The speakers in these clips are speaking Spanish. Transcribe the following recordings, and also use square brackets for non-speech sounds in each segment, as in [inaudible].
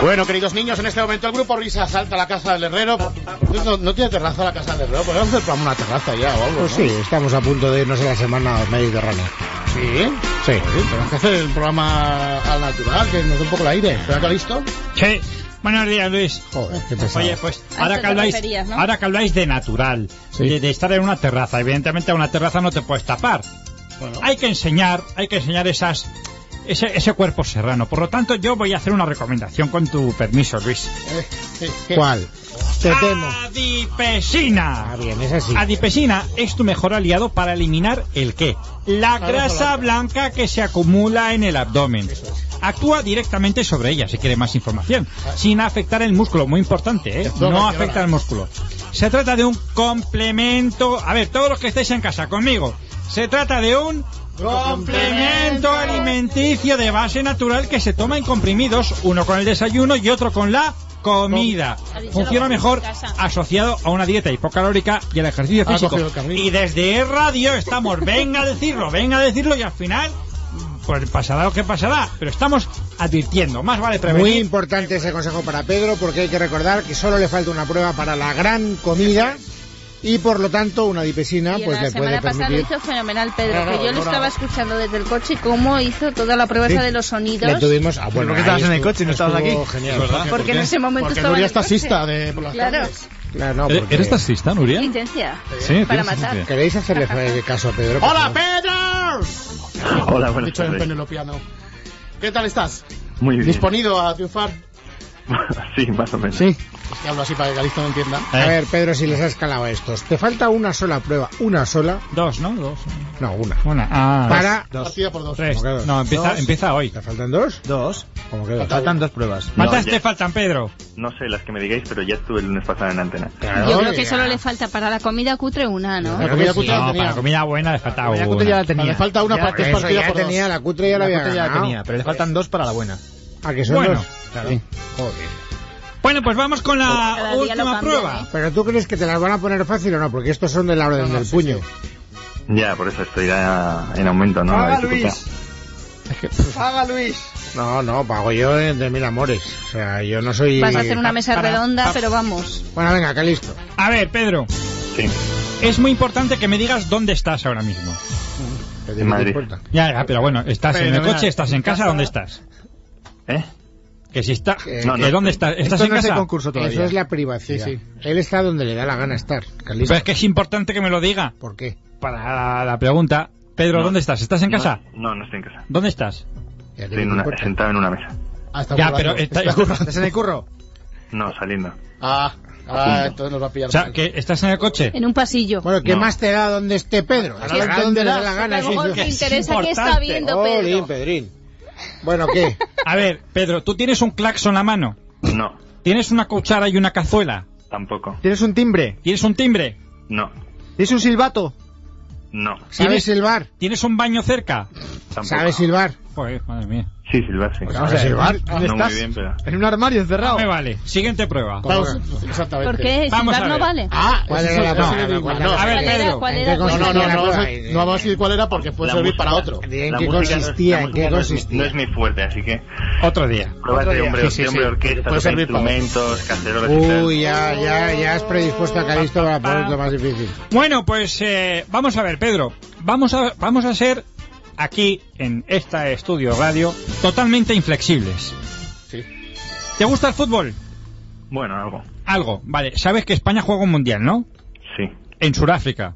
Bueno, queridos niños, en este momento el grupo Risa salta a la casa del herrero. No, no tiene terraza la casa del herrero, podemos hacer una terraza ya o algo. Pues sí, ¿no? estamos a punto de irnos a la semana mediterránea. Sí. Sí. Oye, tenemos que hacer el programa al natural, que nos dé un poco el aire. ¿Será que listo? Sí. Buenos días, Luis. Joder, qué pesado. Oye, pues A ahora esto que, te habláis, referías, ¿no? ahora que habláis de natural, Sí. de, de estar en una terraza, evidentemente a una terraza no te puedes tapar. Bueno. Hay que enseñar, hay que enseñar esas, ese, ese cuerpo serrano. Por lo tanto, yo voy a hacer una recomendación con tu permiso, Luis. Eh, eh, eh. ¿Cuál? Ah. Te temo. Adipesina. Ah, bien, esa sí. Adipesina es tu mejor aliado para eliminar el qué? La grasa blanca que se acumula en el abdomen. Actúa directamente sobre ella, si quiere más información, sin afectar el músculo, muy importante, ¿eh? Esto No me afecta llora. el músculo. Se trata de un complemento... A ver, todos los que estéis en casa conmigo, se trata de un... Complemento alimenticio de base natural que se toma en comprimidos, uno con el desayuno y otro con la comida. Ha dicho Funciona la mejor vuelta en casa. asociado a una dieta hipocalórica y al ejercicio Ha físico. cogido el carril. Y desde E Radio estamos, venga a decirlo, venga a decirlo y al final, pues pasará lo que pasará, pero estamos advirtiendo, más vale Muy prevenir. importante ese consejo para Pedro porque hay que recordar que solo le falta una prueba para la gran comida y por lo tanto una dipesina Y pues la le puede semana pasada lo permitir. hizo fenomenal No, Pedro, no, que yo no, no. lo estaba escuchando desde el coche cómo hizo toda la prueba Sí. esa de los sonidos. Le tuvimos. Ah, bueno, ¿Por qué ahí estabas en el estuvo- coche y no estabas aquí? estuvo Genial. Es verdad. Porque en ese momento Porque estaba Nuria en es el coche. taxista de por las Claro, tardes. Claro, no, ¿E- porque- ¿Eres taxista, Nuria? licencia. Sí, Para tienes matar. licencia. ¿Queréis hacerle eh, caso a Pedro? por ¡Hola, favor? Pedro! [laughs] Hola, buenas Dicho en tardes. penelopiano. ¿Qué tal estás? Muy bien. ¿Disponido a triunfar? [laughs] sí, más o menos. Sí. Es que hablo así para que Galisto no entienda. A Eh, ver, Pedro, si les has calado a estos. Te falta una sola prueba. Una sola. Dos, ¿no? Dos. No, una. Una. Ah, Para. Partida por dos. Tres. Como que dos. No, empieza, Dos. empieza hoy. ¿Te faltan dos? Dos. Como que dos. Faltan dos pruebas. No, ¿Cuántas ya- te faltan, Pedro? No sé las que me digáis, pero ya estuve el lunes pasado en antena. Claro, Yo creo que ya. solo le falta para la comida cutre una, ¿no? La comida cutre No, la para tenía. comida buena le falta Pero ya una. Cute ya la tenía. Vale, falta una Ya, parte, es Eso partida ya por dos. tenía, la cutre ya la había Cute ya la ganado. tenía, pero le faltan dos para la buena. ¿A que son Bueno, dos? claro. Sí. Bueno, pues vamos con la Cada día lo ¿eh? última cambian, prueba. Pero tú crees que te las van a poner fácil o no? Porque estos son de la orden del puño. Ya, por eso estoy ya en aumento, ¿no? La dificultad. ¡Paga, Luis! No, no, pago yo de mil amores. O sea, yo no soy. Vas a hacer una mesa para- redonda, para- pero vamos. Bueno, venga, que listo. A ver, Pedro, Sí. es muy importante que me digas dónde estás ahora mismo. Que te En Madrid. importa. Ya, ya, pero bueno, estás en el Fenomenal. coche, estás en casa, ¿dónde estás? ¿Eh? Que si está, Eh, no, ¿de no. dónde estás? ¿Estás Esto en no es el casa? concurso todavía. Eso es la privacidad. Sí, sí. Él está donde le da la gana estar. Que listo. Pero es que es importante que me lo diga. ¿Por qué? Para la, la pregunta, Pedro, No. ¿dónde estás? ¿Estás en No, casa? No, no estoy en casa. ¿Dónde estás? Ya te Estoy en una- importa. sentado en una mesa. Ah, está ya, borracho. pero está- ¿Estás en el curro? No, saliendo. Ah, ah, entonces nos va a pillar. o sea, mal. que estás en el coche. En un pasillo. Bueno, ¿qué No. más te da donde esté Pedro? lo Estará donde le da la entenderás. gana. Pero sí, luego sí. te es interesa qué está importante. viendo Olín, Pedro. Pedrín. Bueno, ¿qué? A ver, Pedro, tú tienes un claxon a mano, No, tienes una cuchara y una cazuela, tampoco. ¿Tienes un timbre? tienes un timbre, No, ¿Tienes un silbato? no, ¿Sabes Sí, silbar? tienes un baño cerca. tampoco. ¿Sabes silbar? Joder, madre mía. Sí, Silva, sí. vamos a silbar. no ¿Dónde estás? muy bien, pero... En un armario encerrado. Ah, Ah, Me vale. Siguiente prueba. Vamos, ¿Por exactamente. qué? Vamos a Silbar no ver. vale. Ah, ¿Cuál eso era la soy- eso palabra? soy de ¿Cuál Igual. No, era? a ver, ¿Cuál era? Pedro, ¿Cuál ¿en era? qué ¿Cuál No, no, no, era? no, vamos a- no vamos a decir cuál era porque puede La servir música- para otro. ¿En la qué música no es- consistía? la ¿En qué música no es mi- consistía? No es mi fuerte, así que... Otro día. Pruebas de hombre, Sí, sí, de hombre sí. orquesta, Puede toca servir para- instrumentos, cacerolas y tal. Uy, ya, ya, ya has predispuesto a Calisto para ponerlo más difícil. Bueno, pues eh, vamos a ver, Pedro. Vamos a, vamos a ser aquí, en esta estudio radio, totalmente inflexibles. Sí. ¿Te gusta el fútbol? Bueno, algo. Algo. Vale, sabes que España juega un mundial, ¿no? Sí, En Sudáfrica.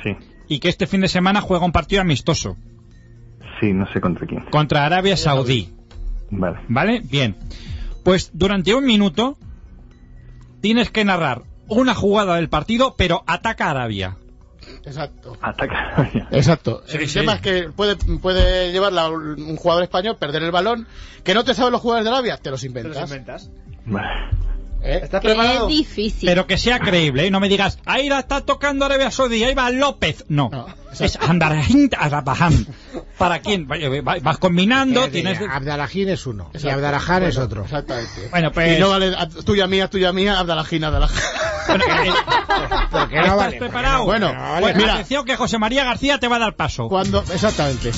sí, Y que este fin de semana juega un partido amistoso sí, no sé contra quién. contra Arabia Saudí. Vale. ¿Vale? Bien. Pues durante un minuto tienes que narrar una jugada del partido, pero ataca a Arabia. Exacto. Ataca. Exacto. Sí, el sí. tema es que puede, puede llevarla un un jugador español, perder el balón. ¿Que no te sabes los jugadores de Arabia? Te los inventas. inventas? Vale. ¿eh? ¿Estás Qué preparado? difícil. Pero que sea creíble, ¿eh? no me digas, ahí la está tocando Arabia Saudí, ahí va López. No, No, es Andarahin Arabaham. ¿Para quién? Va- va- Vas combinando, Es decir, tienes... Abdalajín es uno y Exacto. Abdalajan es Bueno, otro. Exactamente. Bueno, pues... Y no vale, a- tuya mía, tuya mía, Abdalajina, Bueno, eh, Porque ¿Estás no vale. [laughs] preparado? Bueno, Pues mira. atención que José María García te va a dar paso. Cuando, exactamente.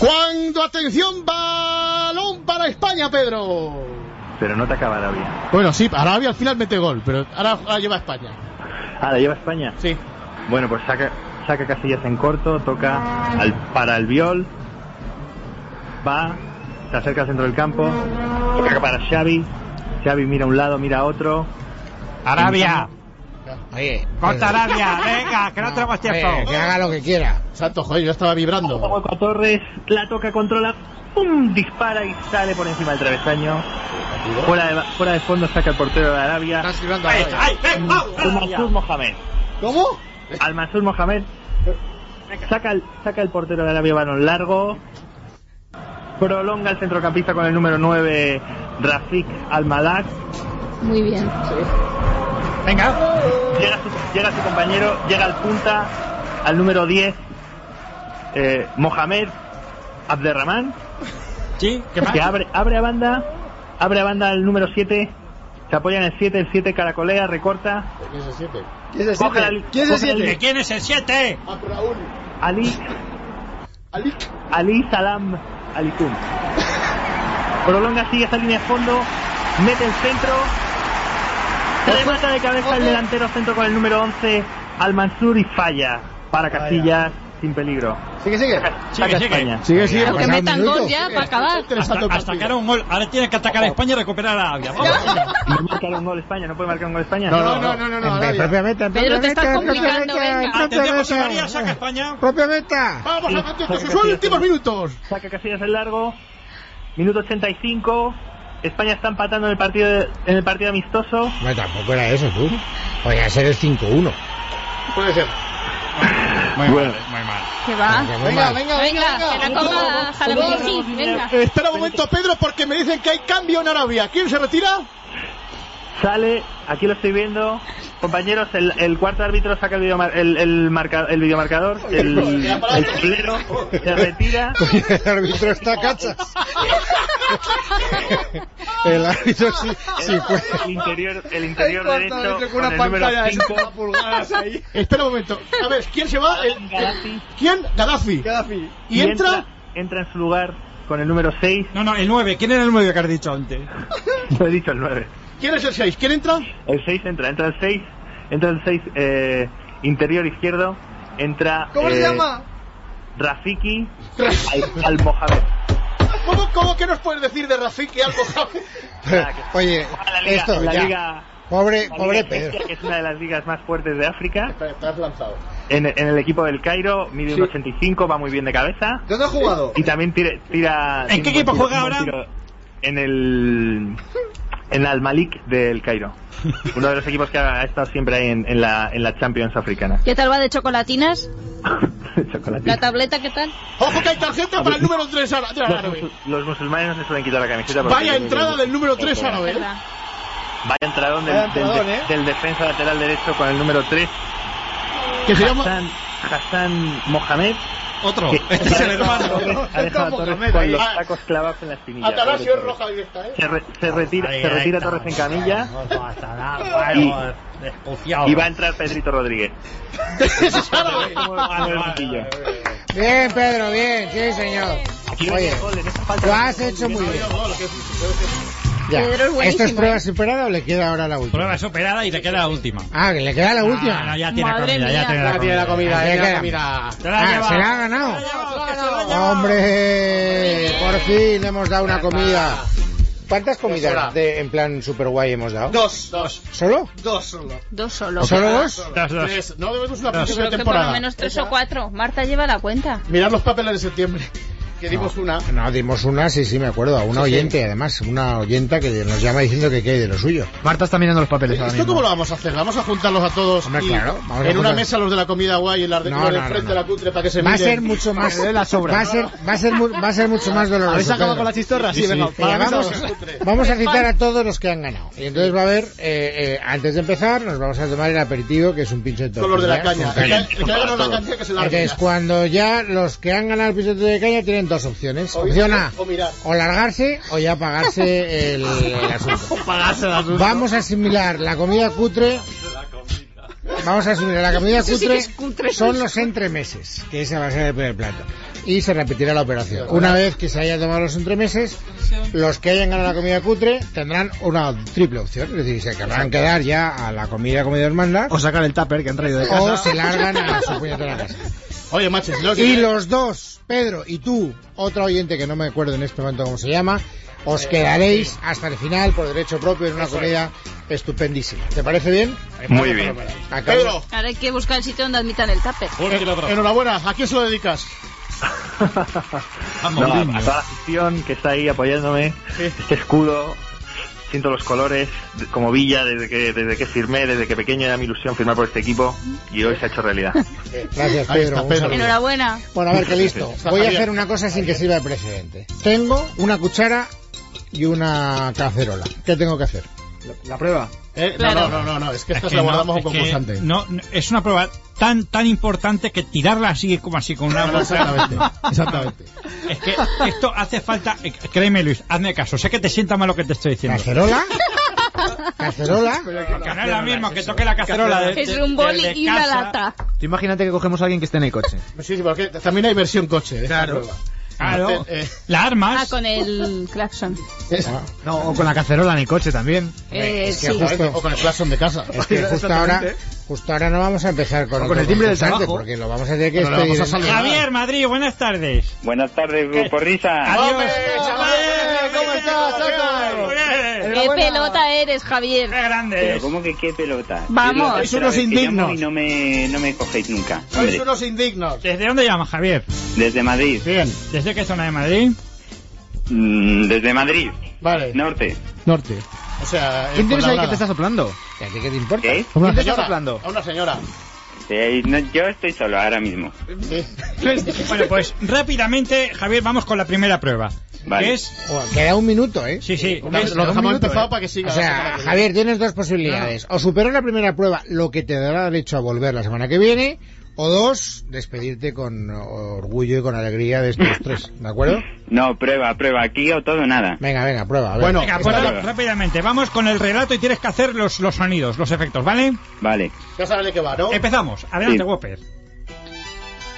Cuando, atención, balón para España, Pedro. pero no te acaba Arabia. Bueno, sí, Arabia al final mete gol, pero ahora, ahora lleva a España. Ah, ¿la lleva España? Sí. Bueno, pues saca, saca Casillas en corto, toca al, para el viol, va, se acerca al centro del campo, toca para Xavi, Xavi mira a un lado, mira a otro. Arabia. Oye, Corta Pedro, Arabia. Venga, que no tenemos eh, tiempo. que haga lo que quiera. Santo, joder, yo estaba Toca vibrando. hueco a Torres, la toca, controla, ¡pum! dispara y sale por encima del travesaño. Fuera de, fuera de fondo saca el portero de Arabia. Estás vibrando Ahí está, ahora. ahí, ven, vamos, Arabia. Al-Mansur Mohamed. ¿Cómo? Al-Mansur Mohamed saca el, saca el portero de Arabia balón largo. Prolonga el centrocampista con el número 9, Rafik Al-Malak. Muy bien. Venga. Llega su, llega su compañero, llega al punta, al número 10, eh, Mohamed Abderrahman, Sí, ¿qué más? que abre, abre a banda, abre a banda al número 7, se apoya en el 7, el 7 caracolea, recorta, ¿Quién se siente? ¿Quién es el Coge 7? la- ¿Quién es el coge la- ¿De 7? quién es el 7? Abraúl. Ali, Alic. Ali Salam Alikum. Prolonga sigue esta línea de fondo, mete el centro, remata de cabeza el delantero centro con el número 11, Al Mansur y falla para Casillas sin peligro. Sigue, sigue. Sigue, sigue. España. Sigue, sigue. Venga, porque Que Pasado un metan gol minuto. ya para acabar. Interesante Hasta, el hasta que partido. hará un gol. Ahora tiene que atacar a España y recuperar a Arabia. Vamos. ¿No marcar un gol España? ¿No puede marcar un gol España? No, no, no, no, no, no, Empe- Arabia. propia meta, Pedro, propia te estás meta, complicando, propia meta, venga. propia Atendemos a meta. María, saca España. Propia meta. Vamos a cantar sus últimos minutos. Saca Casillas el largo. Minuto 85. España está empatando en el partido en el partido amistoso. No, tampoco era eso, tú. Podría ser el 5-1. Puede ser. Bueno. eh, Que va. Porque muy Venga, mal. venga, venga, Venga, que la venga. coja Jalamechi. Venga. Eh, Espera un momento, Pedro, porque me dicen que hay cambio en Arabia. ¿Quién se retira? Sale, aquí lo estoy viendo. Compañeros, el, el cuarto árbitro saca el, videomar- el, el, marca- el videomarcador, el, el tablero, se retira. El árbitro está a cachas. El árbitro sí, sí fue. El interior, el interior derecho con el número 5. Espera un momento. A ver, ¿quién se va? El- Gaddafi. ¿Quién? Gaddafi. ¿Y entra? Entra en su lugar con el número 6. No, no, el 9. ¿Quién era el 9 que has dicho antes? [laughs] Lo he dicho el 9. ¿Quién es el 6? ¿Quién entra? El 6 entra, entra el 6, entra el 6 eh, interior izquierdo, entra... ¿Cómo se eh, llama? Rafiki al, al Mohamed. ¿Cómo, cómo que nos puedes decir de Rafiki algo? Oye, A la liga, esto la ya. liga, Pobre, la pobre liga Pedro. egipcia, que es una de las ligas más fuertes de África. Estás lanzado. En, en el equipo del Cairo mide Sí. un 85, va muy bien de cabeza. ¿Dónde has jugado? Y también tira... tira- ¿En tiene qué un buen equipo tiro- juega un buen ahora? tiro En el... En Al Malik del Cairo. Uno de los equipos que ha estado siempre ahí en, en la, en la Champions africana. [laughs] ¿Qué tal va de chocolatinas? Chocolatito. ¿La tableta qué tal? Ojo que hay tarjeta para el número 3 Los, árabe. musul- los musulmanes no se suelen quitar la camiseta. porque Vaya tienen entrada un- del número 3 árabe. ¿eh? Verdad. Vaya entradón del, Vaya del- entradón, del- ¿eh? del defensa lateral derecho con el número 3, Que se llama... Hassan, Hassan Mohamed. Otro. que Este [laughs] es el ha dejado a hermano. Torres- ha dejado a Torres Mohamed, ahí. con los Ah. tacos clavados en la espinilla. Atalá si Pobre es Torres. roja directa, ¿eh? Se, re- se retira, se retira Torres en camilla y, y va a entrar Pedrito Rodríguez. Ese es árabe. Como- como el banquillo. Bien, Pedro, bien, sí, señor. Aquí no hay Oye, gol, en esta falta lo no hay has gol, hecho muy bien. Ya. Pedro es ¿Esto es buenísimo, prueba ¿eh? superada o le queda ahora la última? Prueba superada y le queda la última. Ah, que le queda la Ah, última. no, ya tiene Madre comida, ya mía. tiene la Ah, tiene la comida. comida, Ahí tiene la queda. comida. Se la ha Ah, llevado. se la ha ganado. Se la ha llevado, que se la ha llevado. Hombre, por fin le hemos dado una comida. ¿Cuántas horas. comidas de- en plan super guay hemos dado? Dos, dos, ¿Solo? dos solo. Dos solo. ¿Solo dos? Dos, dos. Tres. No debemos una Dos. próxima Creo que por lo temporada. menos tres o cuatro. Marta lleva la cuenta. Mirad los papeles de septiembre. Que dimos una. No, dimos una, sí, sí, me acuerdo. A una Sí, sí. oyente, además. Una oyenta que nos llama diciendo que quiere de lo suyo. Marta está mirando los papeles ahora ¿Esto cómo mismo. lo vamos a hacer? ¿Vamos a juntarlos a todos Hombre, y claro, vamos a en una juntar- mesa los de la comida guay y las de, No, los de no, no, frente no. a la cutre para que se Va a miren? ser mucho más. Que le dé la sobra. Va a ser, va a ser, mu- va a ser mucho más doloroso. ¿Habéis acabado Pedro. con las chistorras? Sí, venga. Mira, para la mesa vamos, ahora. vamos a citar a todos los que han ganado. Y entonces va a haber, eh, eh, antes de empezar, nos vamos a tomar el aperitivo, que es un pinche de Con los de la tortilla, caña. con El que- caña. el que ha ganado la caña que se la Entonces, cuando ya los que han ganado el pinche de caña tienen dos opciones. Opción A, O mirar. o largarse o [laughs] ya pagarse el, el asunto. Pagarse el asunto. Vamos a asimilar la comida cutre Vamos a asumir, la comida Eso sí cutre, que es cutre. son los entremeses, que es a base de primer plato. Y se repetirá la operación. Una vez que se haya tomado los entremeses, los que hayan ganado la comida cutre tendrán una triple opción. Es decir, se querrán quedar ya a la comida comida hermana O sacar el tupper que han traído de casa. o se largan a [laughs] su puñetera casa. Oye, macho, si lo Y que- los dos, Pedro y tú, otro oyente que no me acuerdo en este momento cómo se llama, os Eh, quedaréis hasta el final por derecho propio en una comida estupendísima. ¿Te parece bien? Muy [laughs] bien. Acabo- Pedro, Ahora hay que buscar el sitio donde admitan el tupper. enhorabuena. ¿A quién se lo dedicas? Vamos, No, a, niño. a toda la afición que está ahí apoyándome, este escudo, siento los colores, de- como Villa, desde que, desde que firmé, desde que pequeño era mi ilusión firmar por este equipo y hoy se ha hecho realidad. eh, Gracias, Ahí Pedro. está, Un Pedro. saludo. Enhorabuena. Bueno, a ver, qué listo. Está Voy a Javier. hacer una cosa sin que sirva de precedente. Tengo una cuchara y una cacerola. ¿Qué tengo que hacer? La prueba. Eh, Claro. No, no, no, no, es que Es estas que la no, guardamos a es un que concursante. no, no, es una prueba tan tan importante que tirarla así como así con una No, [laughs] no, bolsa. exactamente, exactamente. Es que esto hace falta. eh, Créeme, Luis, hazme caso. Sé que te sienta mal lo que te estoy [laughs] diciendo. ¿Cacerola? ¿Cacerola? Que no es lo mismo que toque la cacerola. de- Es Eh, de- un de- boli de y una casa. lata. Tú imagínate que cogemos a alguien que esté en el coche. Sí, sí, porque también hay versión coche. de esta Claro. prueba. Claro. Eh, eh. Las Ah, armas. con el claxon. Ah, No, o con la cacerola en el coche también. Eh, es que sí. justo- O con el claxon de casa. Es que justo ahora, Exactamente. justo ahora no vamos a empezar con, O otro con el timbre del concursante, trabajo. Porque lo vamos a tener que Pero le vamos despedir a en- saludar. Javier, Madrid, buenas tardes. [laughs] Buenas tardes, Grupo Risa. Adiós. ¡Hombre, chavales! ¿Cómo estás, Saco? ¡Qué ¡Qué Eh, pelota eres, Javier! grande Pero es! ¿cómo que qué pelota? Vamos. Es la tercera Sois unos vez que indignos. llamo Y no me, no me cogéis nunca. Sois Hombre, unos indignos. ¿Desde dónde llamas, Javier? desde Madrid. Bien, ¿Desde qué zona de Madrid? Mm, Desde Madrid. vale. Norte. Norte. O sea, eh, ¿Quién tienes por ahí la que te está brada. soplando? ¿Y a ti qué te importa? ¿Qué? ¿Quién te Una está señora, soplando? A una señora. Eh, no, yo estoy solo ahora mismo. Sí. Bueno, pues rápidamente, Javier, vamos con la primera prueba. Vale. Que es. Joder, Oh, queda un minuto, ¿eh? Sí, sí. Lo es- dejamos minuto, empezado eh. para que siga. O la semana sea, que viene. Javier, tienes dos posibilidades. O superar la primera prueba, lo que te dará derecho a volver la semana que viene. O dos, despedirte con orgullo y con alegría [laughs] de estos tres. ¿De acuerdo? No, prueba, prueba. Aquí o todo o nada. Venga, venga, prueba. a ver. Bueno, Venga, esta- pues Está ahora, bien. rápidamente, vamos con el relato y tienes que hacer los, los sonidos, los efectos, ¿vale? Vale. ya sabes de qué va, ¿no? Empezamos, adelante, Sí. Whopper.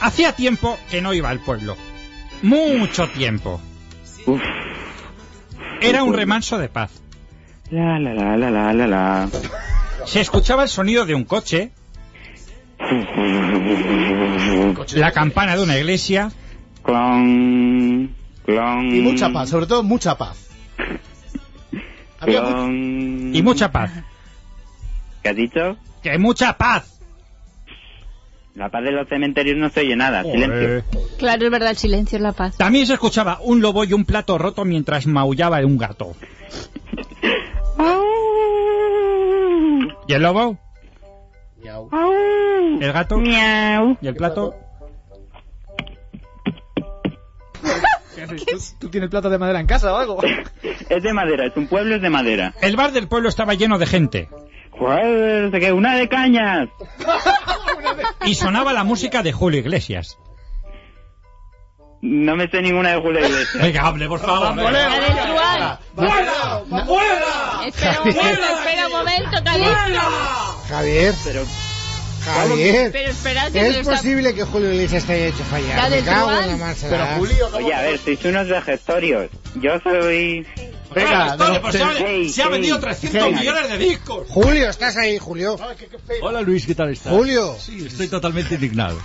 Hacía tiempo que no iba al pueblo. Mucho tiempo. Uf. Era un remanso de paz. La, la, la, la, la, la, la. Se escuchaba el sonido de un coche, la campana de una iglesia, Clon. Clon. Y mucha paz, sobre todo mucha paz. Había mucho- Clon. y mucha paz. ¿Qué has dicho? ¡Que mucha paz! La paz de los cementerios no se oye nada. Silencio. Joder. Claro, es verdad, el silencio es la paz. También se escuchaba un lobo y un plato roto mientras maullaba un gato. ¿Y el lobo? Miau. ¿El gato? Miau. ¿Y el plato? ¿Tú tienes plato de madera en casa o algo? Es de madera, es un pueblo, es de madera. El bar del pueblo estaba lleno de gente. Joder, se quedó una de cañas. Y sonaba la música de Julio Iglesias. No me sé ninguna de Julio Iglesias. Venga, hable, por favor. Bamboleo, La venga, del Truán. venga, bamboleo, bamboleo. Espera un momento, espera un momento, Calixto. Javier, Pero Javier. Pero esperad que Es me lo está... posible que Julio Iglesias te haya hecho fallar. La Me del cago en Truán. la marcha. Pero Julio, ¿cómo Oye, a te- ver, sois unos vegetorios. Yo soy... Venga, Venga, no, pues te- sale, hey, se ha hey, vendido 300 hey. millones de discos. Julio, estás ahí, Julio. Ay, qué- qué feo. Hola Luis, ¿qué tal estás? Julio. Sí, estoy totalmente indignado.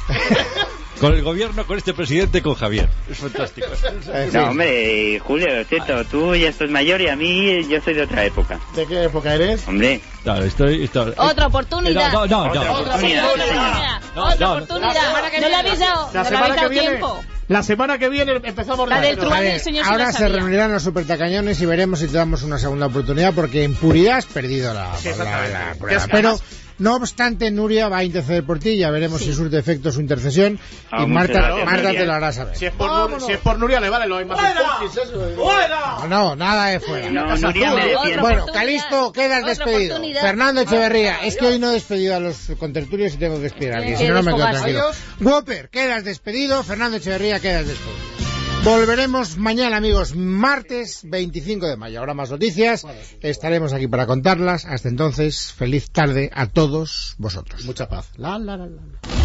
Con el gobierno, con este presidente, con Javier. Es fantástico. Eh, En fin. No, hombre, Julio, lo siento, tú ya estás mayor y a mí yo soy de otra época. ¿De qué época eres? Hombre, Claro, estoy... estoy- eh, Otra oportunidad. No, no, no. Otra no. Otra Mira, oportunidad. no, Otra no, oportunidad. No le habéis dado, no le habéis dado tiempo. La semana que viene empezamos La del radio. Truán y el Javier, señor ahora se Sinasabía. reunirán los supertacañones y veremos si te damos una segunda oportunidad porque en puridad has perdido la, la- exactamente. la Ya prueba. está. Pero no obstante, Nuria va a interceder por ti, ya veremos si surte efecto su intercesión Ah, y muchas Marta, gracias, Marta Nuria. te lo hará saber. Si es por, Nuria, si es por Nuria, le vale, lo hay más empujes, eso. No, no, nada de fuera. no, Nuria me Otra defiende. Bueno, oportunidad. Calisto, quedas Otra despedido. oportunidad. Fernando Echeverría, es que hoy no he despedido a los contertulios y tengo que despedir a alguien, Que si no, no me quedo desfogarse. tranquilo. Whopper, quedas despedido. Fernando Echeverría, quedas despedido. Volveremos mañana, amigos, martes 25 de mayo. Habrá más noticias. Estaremos aquí para contarlas. Hasta entonces, feliz tarde a todos vosotros. Mucha paz. La, la, la, la.